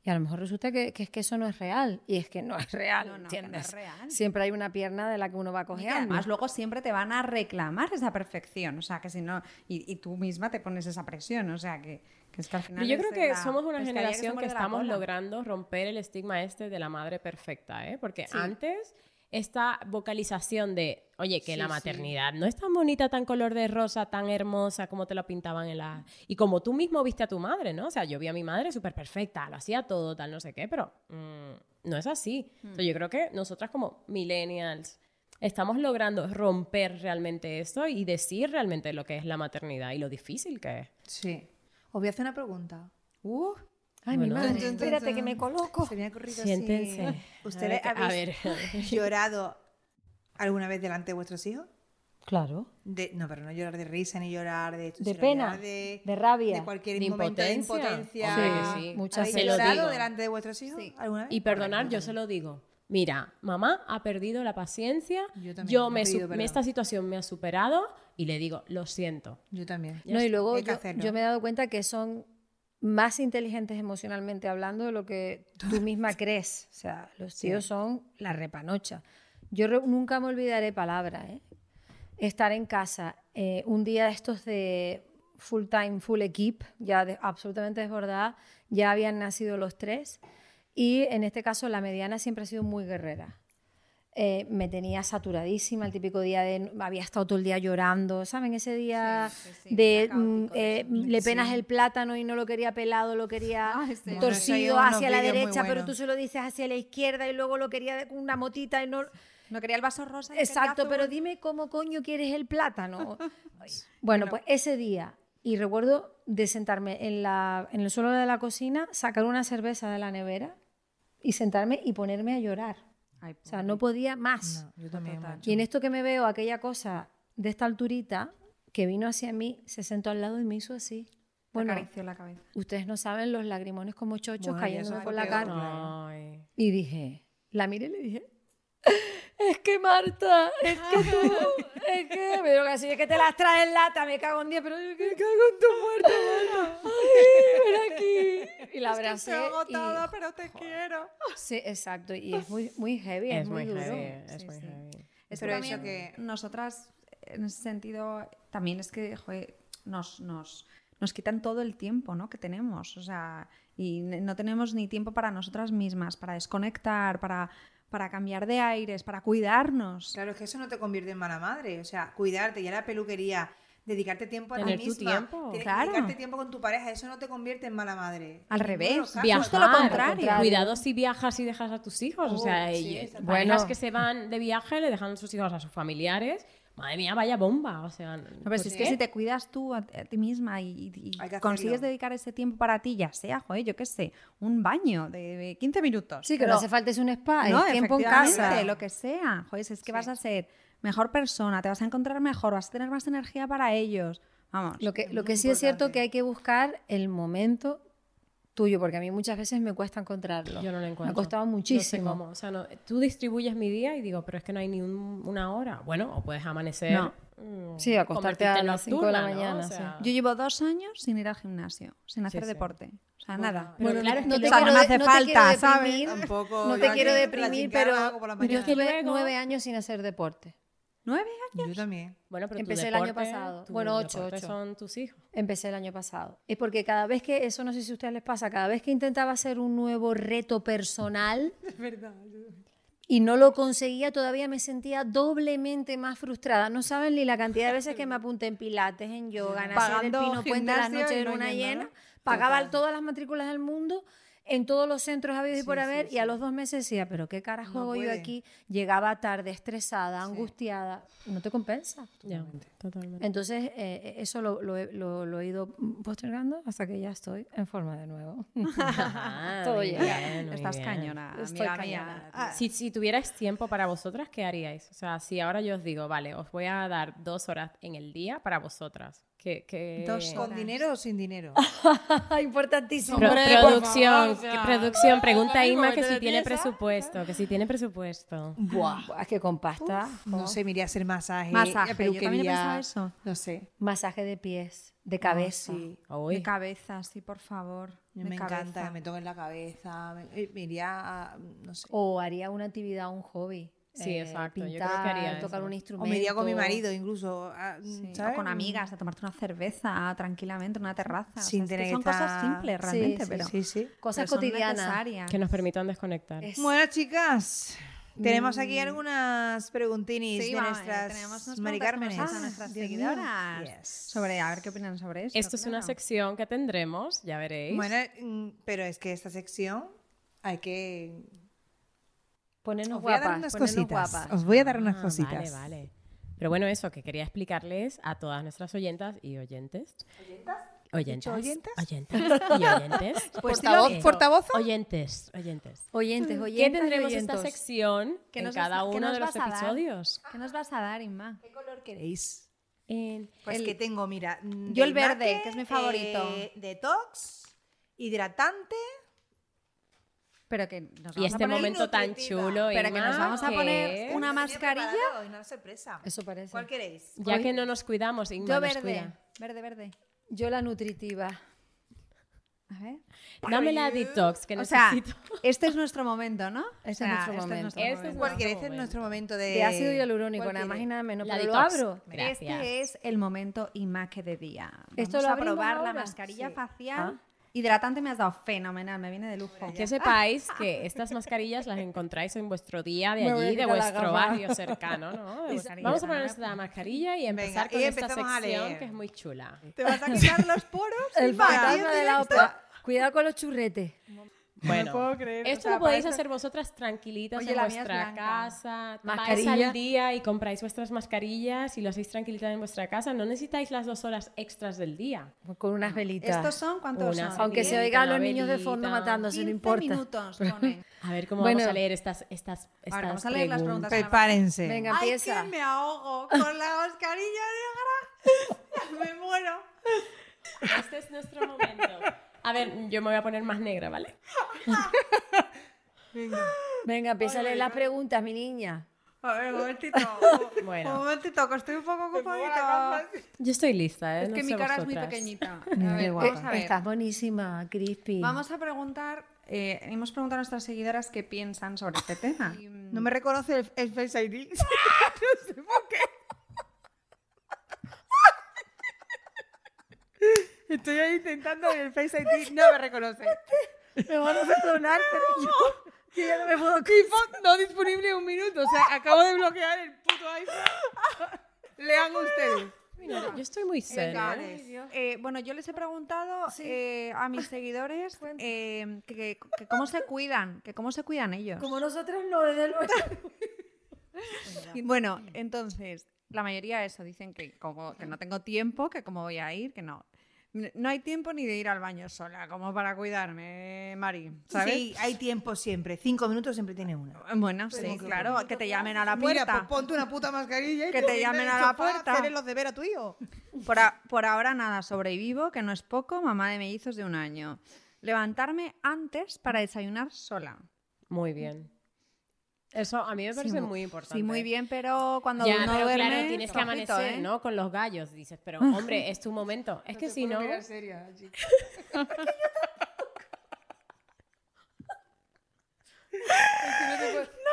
Y a lo mejor resulta que, que es que eso no es real. Y es que no es real,
No, no, que no
¿entiendes?
es real.
Siempre hay una pierna de la que uno va
Y que
cojeando.
además luego siempre te van a reclamar esa perfección, o sea, que si no, y, y tú misma te pones esa presión, o sea, que, que es que al final...
Pero yo creo
es
que
la
somos una
pescadilla se Pues
generación que,
muerde la
estamos
cola.
logrando romper el estigma este de la madre perfecta, ¿eh? Porque antes esta vocalización de, oye, que la maternidad no es tan bonita, tan color de rosa, tan hermosa como te lo pintaban en la... Y como tú mismo viste a tu madre, ¿no? O sea, yo vi a mi madre súper perfecta, lo hacía todo, tal, no sé qué, pero mm, no es así. Entonces, yo creo que nosotras como millennials estamos logrando romper realmente esto y decir realmente lo que es la maternidad y lo difícil que es.
Sí. Os voy a hacer una pregunta.
Uh,
Ay,
Bueno.
mi madre,
Tun, tun, tun,
espérate que
tun.
me coloco.
Se me ha ocurrido así.
Siéntense.
¿Ustedes
a ver, que- a
habéis llorado alguna vez delante de vuestros hijos?
Claro.
De- no, pero no llorar de risa ni llorar de esto,
De
sino
pena,
llorar de,
de rabia,
de cualquier
de
momento de
impotencia.
impotencia.
Hombre, sí.
Muchas
¿Habéis
Se lo
llorado
digo.
delante de vuestros hijos alguna vez?
Y perdonar, yo se lo digo. Mira, mamá ha perdido la paciencia.
Yo
Yo,
también, yo he
me su-
pedido
me-
perdón.
esta situación me ha superado y le digo, lo siento.
Yo también.
No, y luego
Hay que
yo,
hacerlo.
yo me he dado cuenta que son más inteligentes emocionalmente hablando de lo que
*laughs*
tú misma crees. O sea, los tíos son la repanocha. Yo re- nunca me olvidaré palabra, ¿eh? Estar en casa, eh, un día de estos de full time, full equip, ya de- absolutamente desbordada, ya habían nacido los tres. Y en este caso la mediana siempre ha sido muy guerrera. Eh, me tenía saturadísima el típico día de había estado todo el día llorando saben ese día de mm, eh, le penas el plátano y no lo quería pelado lo quería
Ah, sí.
Bueno, eso hay
torcido
unos
hacia la
vídeos muy
derecha pero
buenos.
tú se lo dices hacia la izquierda y luego lo quería de- con una motita y no
no quería el vaso rosa.
Exacto, pero dime cómo coño quieres el plátano. bueno, pues ese día, y recuerdo de sentarme en, la, en el suelo de la cocina, sacar una cerveza de la nevera y sentarme y ponerme a llorar.
pues,
O sea, no podía más.
yo también.
y en esto que me veo, aquella cosa de esta alturita que vino hacia mí, se sentó al lado y me hizo así. Bueno,
la cabeza.
ustedes no saben los lagrimones como chochos
Bueno, ya eso es
cayéndome por
lo
la
peor.
cara.
Ay.
Y dije, la miré y le dije, es que Marta, es que tú, es que, me dijo así, es que te las traes en lata, me cago en 10, pero yo que cago en tu muerte, Marta. Ay, ven *laughs* aquí. Y la abracé.
Estoy
y-
agotada, pero te quiero.
sí, exacto, y es muy, muy heavy, es, muy, duro.
heavy, es muy heavy.
Es
Pero
que también
eso que-
nosotras en ese sentido, también es que joe, nos, nos, nos quitan todo el tiempo ¿no? que tenemos. O sea, y ne- no tenemos ni tiempo para nosotras mismas, para desconectar, para, para cambiar de aires, para cuidarnos.
Claro, es que eso no te convierte en mala madre. O sea, cuidarte, ya la peluquería, dedicarte tiempo a
Tener
ti
tu
misma.
tiempo,
tienes que
claro.
dedicarte tiempo con tu pareja, eso no te convierte en mala madre.
Al
En ninguno de los
revés,
casos.
Viajar,
Justo lo contrario.
Cuidado si viajas y dejas a tus hijos. o
Oh,
sea,
sí,
y- eh,
exactamente.
parejas
Bueno.
que se van de viaje le dejan sus hijos a sus familiares. Madre mía, vaya bomba. O sea,
No, pero si es que
¿qué?
si te cuidas tú a, a ti misma y, y- y
Pues ¿eh? Hay que
consigues
hacerlo.
dedicar ese tiempo para ti, ya sea, joder, yo qué sé, un baño de de 15 minutos.
Sí, que
pero-
no hace falta es un spa,
no,
es Ah, tiempo en
efectivamente,
casa.
lo que sea. Joder, si es que vas a ser mejor persona, te vas a encontrar mejor, vas a tener más energía para ellos. Vamos.
Lo que,
Es
lo
muy
que sí es cierto
importante.
que hay que buscar el momento tuyo, porque a mí muchas veces me cuesta encontrarlo.
Yo no lo encuentro.
Me ha costado muchísimo.
No sé cómo. O sea, no- tú distribuyes mi día y digo, pero es que no hay ni un- una hora. Bueno, o puedes amanecer.
No.
mm,
Sí, acostarte
convertirte
a
en
las cinco de la
nocturna, ¿no?
mañana,
O sea,
Yo llevo dos años sin ir al gimnasio, sin hacer
sí.
deporte. O sea,
Bueno,
nada.
pero Bueno, claro, es que
no te
yo-
o sea, no
quiero
me
de-
hace
no te quiero
falta, ¿sabes?
deprimir,
Tampoco,
No
yo
te
aquí
quiero
la
deprimir,
chincada
pero
la hago por la
yo
mañana.
estuve
Luego-
nueve años sin hacer deporte.
¿Nueve
Yo también.
bueno, pero tu
Empecé el año
deporte-
pasado.
tu
Bueno, ocho,
deporte
ocho.
son tus hijos.
Empecé el año pasado. Es porque cada vez que, eso no sé si a ustedes les pasa, cada vez que intentaba hacer un nuevo reto personal y no lo conseguía, todavía me sentía doblemente más frustrada. No saben ni la cantidad de veces que me apunté en pilates, en yoga, en hacer el
Pagando
pino puente las
gimnasio
noches
y
de
no
luna
yendo,
llena,
¿no?
pagaba
Total.
todas las matrículas del mundo en todos los centros habidos y
Sí,
por
sí,
haber,
sí.
y a los dos meses decía, pero qué carajo
No
hago yo
puede.
aquí, llegaba tarde, estresada, angustiada, no te compensa.
Ya, totalmente.
Entonces, eh, eso lo, lo he, lo- lo he ido postergando hasta que ya estoy en forma de nuevo.
Ajá,
*laughs* Todo
muy
llega.
Ah, bien, muy
Estás
bien. Ah,
cañona,
Estoy
amiga
cañona,
mía. Ah,
tía.
Si, si tuvierais tiempo para vosotras, ¿qué haríais? O sea, si ahora yo os digo, vale, os voy a dar dos horas en el día para vosotras. ¿Qué, qué...
Dos
¿Con
horas.
dinero o sin dinero?
Importantísimo.
Pro-
Hombre,
producción, que- producción, pregunta a Inma que si tiene
ah?
presupuesto, que si tiene presupuesto.
Buah, es que con pasta.
No sé, me iría a hacer masaje,
Masaje, yo también he
peluquería.
pensado eso.
No sé.
Masaje de pies, de cabeza.
Ah, Sí.
Uy.
De cabeza, sí, por favor.
Me,
de
encanta,
cabeza.
me toquen la cabeza, me, eh, me iría a, no sé.
O haría una actividad, un hobby. eh,
Sí, exacto, yo creo que
Pintar,
haría
tocar
eso.
un
O
instrumento.
me iría con mi marido incluso, a-
Sí, o
¿sabes?
con amigas, a tomarte una cerveza tranquilamente, una terraza. o
Sin
sea, es que
tener que
son cosas
estar-
simples
Sí,
realmente,
sí,
pero,
Sí, sí.
Cosas
pero son
cotidianas.
necesarias.
Que nos permitan desconectar.
Es-
Bueno, chicas, tenemos aquí algunas preguntinis
Sí,
de
vamos a ver,
nuestras
tenemos unas
Mari
preguntas que
Cármenes.
nos hacen nuestras
Dios mío.
seguidoras
Yes.
sobre a ver qué opinan sobre esto.
Esto es una
claro.
sección que tendremos, ya veréis.
Bueno, mm, pero es que esta sección hay que...
Ponernos
Os voy a dar
guapas.
unas
ponernos
cositas.
guapas.
Os voy a dar unas
Ah,
cositas.
Vale, vale. Pero bueno, eso que quería explicarles a todas nuestras oyentas y oyentes. ¿Oyentas?
¿Oyentas?
Oyentes
*laughs*
y oyentes.
Pues
Portavoz,
dilo, portavoz.
Oyentes, oyentes.
Oyentes,
¿Qué
oyentes.
tendremos esta sección
¿Qué
en
nos
cada
vas- qué
uno
nos
de los
vas a dar?
episodios?
¿Qué nos vas a dar, Inma?
¿Qué color queréis?
En-
Pues
El-
que tengo, mira. mm,
Yo el
del
verde, que es mi favorito.
eh, detox, hidratante.
Pero que nos
y
vamos
este
a poner,
momento tan
nutritiva.
chulo.
Pero que
Inma,
nos vamos a
que-
poner una
Tenía
mascarilla.
preparado hoy, Una sorpresa.
Ah, Eso parece.
¿Cuál queréis?
Ya que no nos cuidamos, Inma
Yo
nos
verde,
cuida.
verde, verde.
Yo la nutritiva.
A ver.
Dame la detox que
O sea,
necesito.
*laughs* este es nuestro momento, ¿no?
Este es
O sea,
nuestro momento.
nuestro
Este es
momento.
¿Cuál
No,
queréis?
un
Este es
momento.
nuestro momento de.
De ácido hialurónico,
¿Cuál
nada más y
queréis?
nada menos.
La
Pero lo
detox.
abro.
Gracias.
Este es el momento imaque de día. Vamos
¿Esto lo
a
abrimos
probar la
ahora?
mascarilla
Sí.
facial.
Ah.
Hidratante me has dado fenomenal, me viene de lujo.
Que sepáis que estas mascarillas las encontráis en vuestro día de
Me voy a
allí, de
quitar la
vuestro
gafa.
barrio cercano, ¿no? De vuestro-
Mascarilla.
Vamos a ponernos la mascarilla y
Venga,
empezar con
y
esta
empezamos a
sección
leer.
que es muy chula.
¿Te vas a quitar los poros?
El
Inma?
fantasma de la OPA. Cuidado con los churretes.
Bueno,
puedo creer,
esto
o sea,
lo podéis
parece-
hacer vosotras tranquilitas
Oye,
en
la mía es
vuestra
blanca.
casa. Mascarilla. Vais
Mascarilla.
al día y compráis vuestras mascarillas y lo hacéis tranquilitas en vuestra casa. No necesitáis las dos horas extras del día.
Con unas velitas.
¿Estos son cuántos
Una
son?
Aunque se
Bien,
oigan
una
los niños de
velita.
fondo matándose, no
15
importa.
minutos
*laughs*
ponen.
A ver cómo
Bueno.
vamos a leer estas, estas, estas
Ahora vamos a leer las preguntas.
Prepárense.
Venga,
Ay,
empieza.
que me ahogo con la mascarilla negra. *laughs* Me muero.
Este es nuestro momento. A ver, yo me voy a poner más negra, ¿vale?
Venga, empieza a leer las preguntas, mi niña.
A ver, un momentito.
*laughs* Bueno.
Un
Oh.
momentito, que estoy un poco ocupadita.
Yo estoy lista, ¿eh?
Es
No
que
sé
mi cara es muy
vosotras.
pequeñita.
*laughs*
Qué
A ver,
guapa.
vamos a ver.
Estás buenísima, Crispy.
Vamos a preguntar, eh, hemos preguntado a nuestras seguidoras qué piensan sobre
*laughs* Mm.
este tema.
No me reconoce el, el Face ID. Estoy ahí intentando en el Face ID, no me reconoce.
Me van a perdonar, pero yo, yo ya no me puedo...
Tipo, no disponible un minuto, o sea, acabo de bloquear el puto iPhone. Lean ustedes.
Mira, yo estoy muy seria.
Vale. Eh, bueno, yo les he preguntado eh, a
*laughs*
mis seguidores eh, que, que- que cómo se cuidan, que cómo se cuidan ellos.
Como nosotros no, desde luego.
Bueno, entonces, la mayoría eso, dicen que como que no tengo tiempo, que cómo voy a ir, que no. N- No hay tiempo ni de ir al baño sola, como para cuidarme, Mari, ¿sabes?
Sí, hay tiempo siempre. Cinco minutos siempre tiene una.
Bueno, sí, claro, que te llamen a la puerta.
Mira, pues ponte una puta mascarilla y
Que te
ponte
llamen
en el
a la
sofá
puerta.
Hacerle los deberes a tu hijo.
Por, a- por ahora nada, sobrevivo, que no es poco, mamá de mellizos de un año. Levantarme antes para desayunar sola.
Muy bien. Eso a mí me parece muy importante.
Sí, muy bien, pero cuando
ya,
uno
pero
duerme...
claro, tienes que
ojito,
amanecer,
¿eh?
¿no? Con los gallos, dices.
*laughs*
Pero, hombre, es tu momento. Es que si no...
*laughs*
Si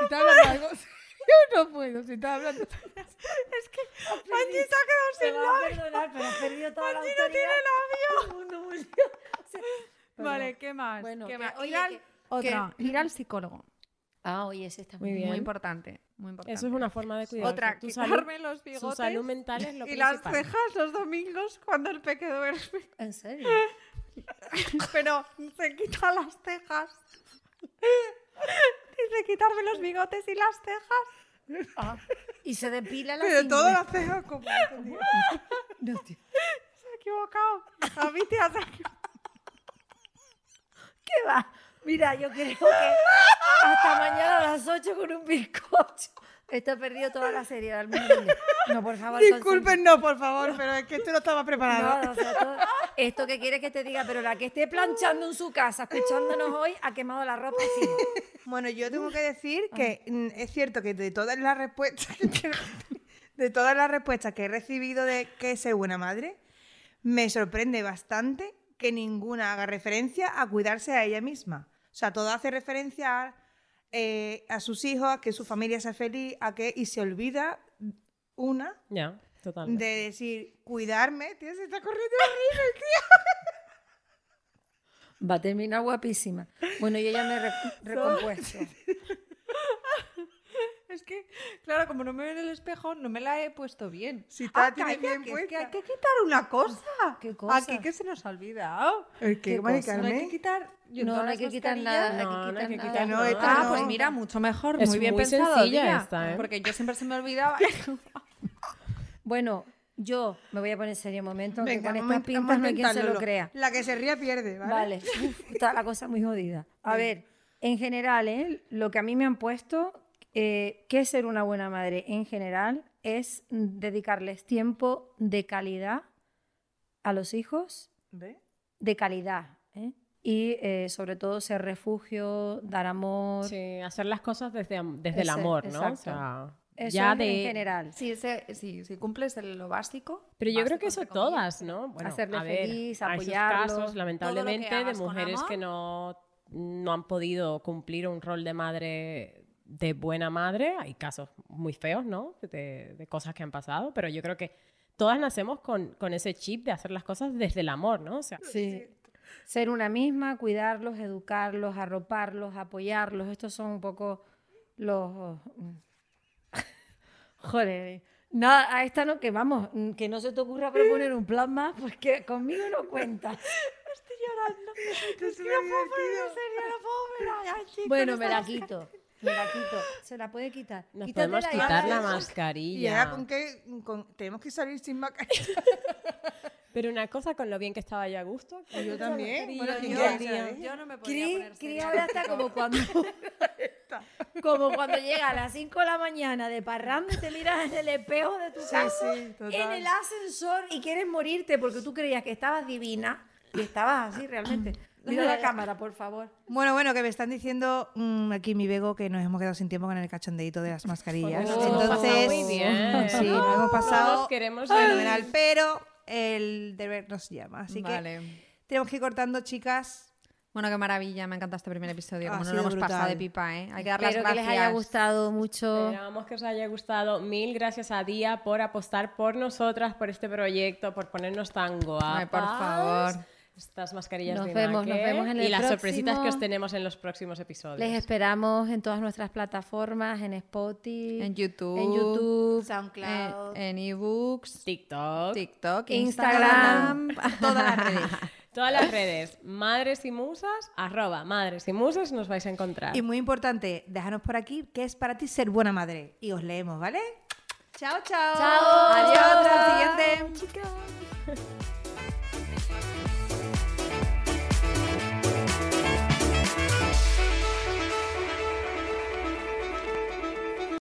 estás hablando algo serio, no puedo. Si estás hablando.
Angie se ha quedado sin labio. perdonar, pero he perdido toda la autoridad. no tiene labio.
*laughs* Vale, ¿qué más?
Bueno,
¿Qué
que-
más?
oye,
ir, al,
que-
*laughs* otra, ir al psicólogo.
Ah, oye, ese está
Muy
muy
bien.
Muy importante, muy importante.
Eso es una forma de cuidar
Otra,
tu salud.
quitarme los
Su
bigotes
salud mental es lo
y las
principal.
cejas los domingos cuando el peque duerme.
¿En serio?
Pero se quita las cejas. Dice quitarme los bigotes y las cejas.
Y se depila la
Pero
cintura.
todas las cejas como.
Se ha equivocado. Javi, te has equivocado.
¿Qué va? Mira, yo creo que hasta mañana a las 8 con un bizcocho. Esto ha perdido toda la seriedad del mundo. No, por favor.
Disculpen, no, por favor, pero es que esto no estaba
No,
preparado.
no, o sea, todo- esto que quieres que te diga, pero la que esté planchando en su casa, escuchándonos hoy, ha quemado la ropa encima.
Bueno, yo tengo que decir que mm, es cierto que de todas las respuestas *laughs* que, de todas las respuestas que he recibido de que ser buena madre, me sorprende bastante que ninguna haga referencia a cuidarse a ella misma. O sea, todo hace referencia a, eh, a sus hijos, a que su familia sea feliz, a que y se olvida una
Ya, totalmente.
de decir cuidarme. Tío, se está corriendo el río.
Va a terminar guapísima. Bueno, yo ya me he *laughs* re- recompuesto.
*laughs* Es que, claro, como no me veo en el espejo, no me la he puesto bien.
Si está,
Ah,
tiene
calla,
bien
que es que
puesta.
hay que quitar una cosa.
Ah, ¿Qué cosa?
Aquí que se nos ha olvidado.
¿Qué, Mari
cosa?
No hay que
Carmen?
quitar. yo
No,
todas
no hay
las
que quitar
mascarillas-
nada.
No,
hay
no
que
hay que
quitar
quitar
nada.
nada. No, esta
Ah,
no.
pues mira, mucho mejor.
Es
muy bien
muy
pensado.
sencilla
Olivia,
esta, ¿eh?
Porque yo siempre se me olvidaba.
Bueno, yo me voy a poner serio un momento, que
Venga,
con
vamos a
estas
in- vamos
pintas
a
no hay quien se lo
intentarlo.
crea.
La que se ría pierde, ¿vale?
Vale,
*laughs*
Uf, está la cosa muy jodida. A ver, en general, ¿eh? lo que a mí me han puesto, eh, que es ser una buena madre en general, es dedicarles tiempo de calidad a los hijos,
¿Ve?
de calidad, ¿eh? y eh, sobre todo ser refugio, dar amor.
Sí, hacer las cosas desde, am- desde el
Ese-
amor, ¿no?
exacto.
O sea,
Eso
ya
es
de...
en general.
Sí, ese, sí, si cumples el- lo básico.
Pero yo creo
básico,
que eso
entre comillas.
todas, ¿no?
Hacerle
a ver,
feliz,
hay esos
apoyarlo, todo lo
casos,
que
lamentablemente, de
hagas con
mujeres
amor.
que no, no han podido cumplir un rol de madre, de buena madre. Hay casos muy feos, ¿no? De, de cosas que han pasado, pero yo creo que todas nacemos con, con ese chip de hacer las cosas desde el amor, ¿no? O sea,
Ser una misma, cuidarlos, educarlos, arroparlos, apoyarlos. Estos son un poco los... *laughs* Joder. No, a esta no, que vamos, mm, que no se te ocurra proponer un plan más, porque conmigo no *laughs* cuenta.
Es que no puedo poner en serio.
Bueno, me la quito, *laughs* me la quito. Se la puede quitar.
nos
Quítatela
podemos
y
quitar la
ahora-
¿Y ahora
mascarilla.
con qué? Con- tenemos que salir sin *laughs* mascarilla.
Pero una cosa con lo bien que estaba yo a gusto. con
Yo
esa
también.
mascarilla,
Bueno, ¿quién
yo-
quería, eh?
Yo no me podía
Cri,
poner
Cri
seria.
ahora está
*laughs*
como *laughs* cuando, como cuando llega a las 5 de la mañana de parranda y te miras en el espejo de tu casa,
sí, total.
en el ascensor y quieres morirte porque tú creías que estabas divina y estabas así realmente. Mira la cámara, por favor.
Bueno, bueno, que me están diciendo mm, aquí mi Bego que nos hemos quedado sin tiempo con el cachondeito de las mascarillas.
Oh,
Pues nos hemos
Entonces,
pasado muy bien.
sí, nos hemos pasado
Todos queremos
fenomenal, pero el deber nos llama. Así que
Vale.
tenemos que ir cortando, chicas.
Bueno, qué maravilla, me encanta este primer episodio.
Ha
Como no lo
sido
hemos pasado de
brutal.
pipa, ¿eh? Hay que dar las
Espero que
gracias.
les haya gustado mucho.
Esperamos que os haya gustado. Mil gracias a Día por apostar por nosotras, por este proyecto, por ponernos tan guapas.
Ay, por favor.
Estas mascarillas
Nos
de
vemos, nos
Nike
vemos en
Y
el
las
próximo.
sorpresitas que os tenemos en los próximos episodios.
Les esperamos en todas nuestras plataformas, en Spotify,
En YouTube.
en YouTube.
SoundCloud.
En, en ebooks,
TikTok.
TikTok,
Instagram.
Instagram.
Todas las redes.
Todas las redes. Madres y musas, arroba madres y musas, nos vais a encontrar.
Y muy importante, déjanos por aquí qué es para ti ser buena madre. Y os leemos, ¿vale? Chao, chao.
Chao.
Adiós, hasta el
Chao.
siguiente. Chicas.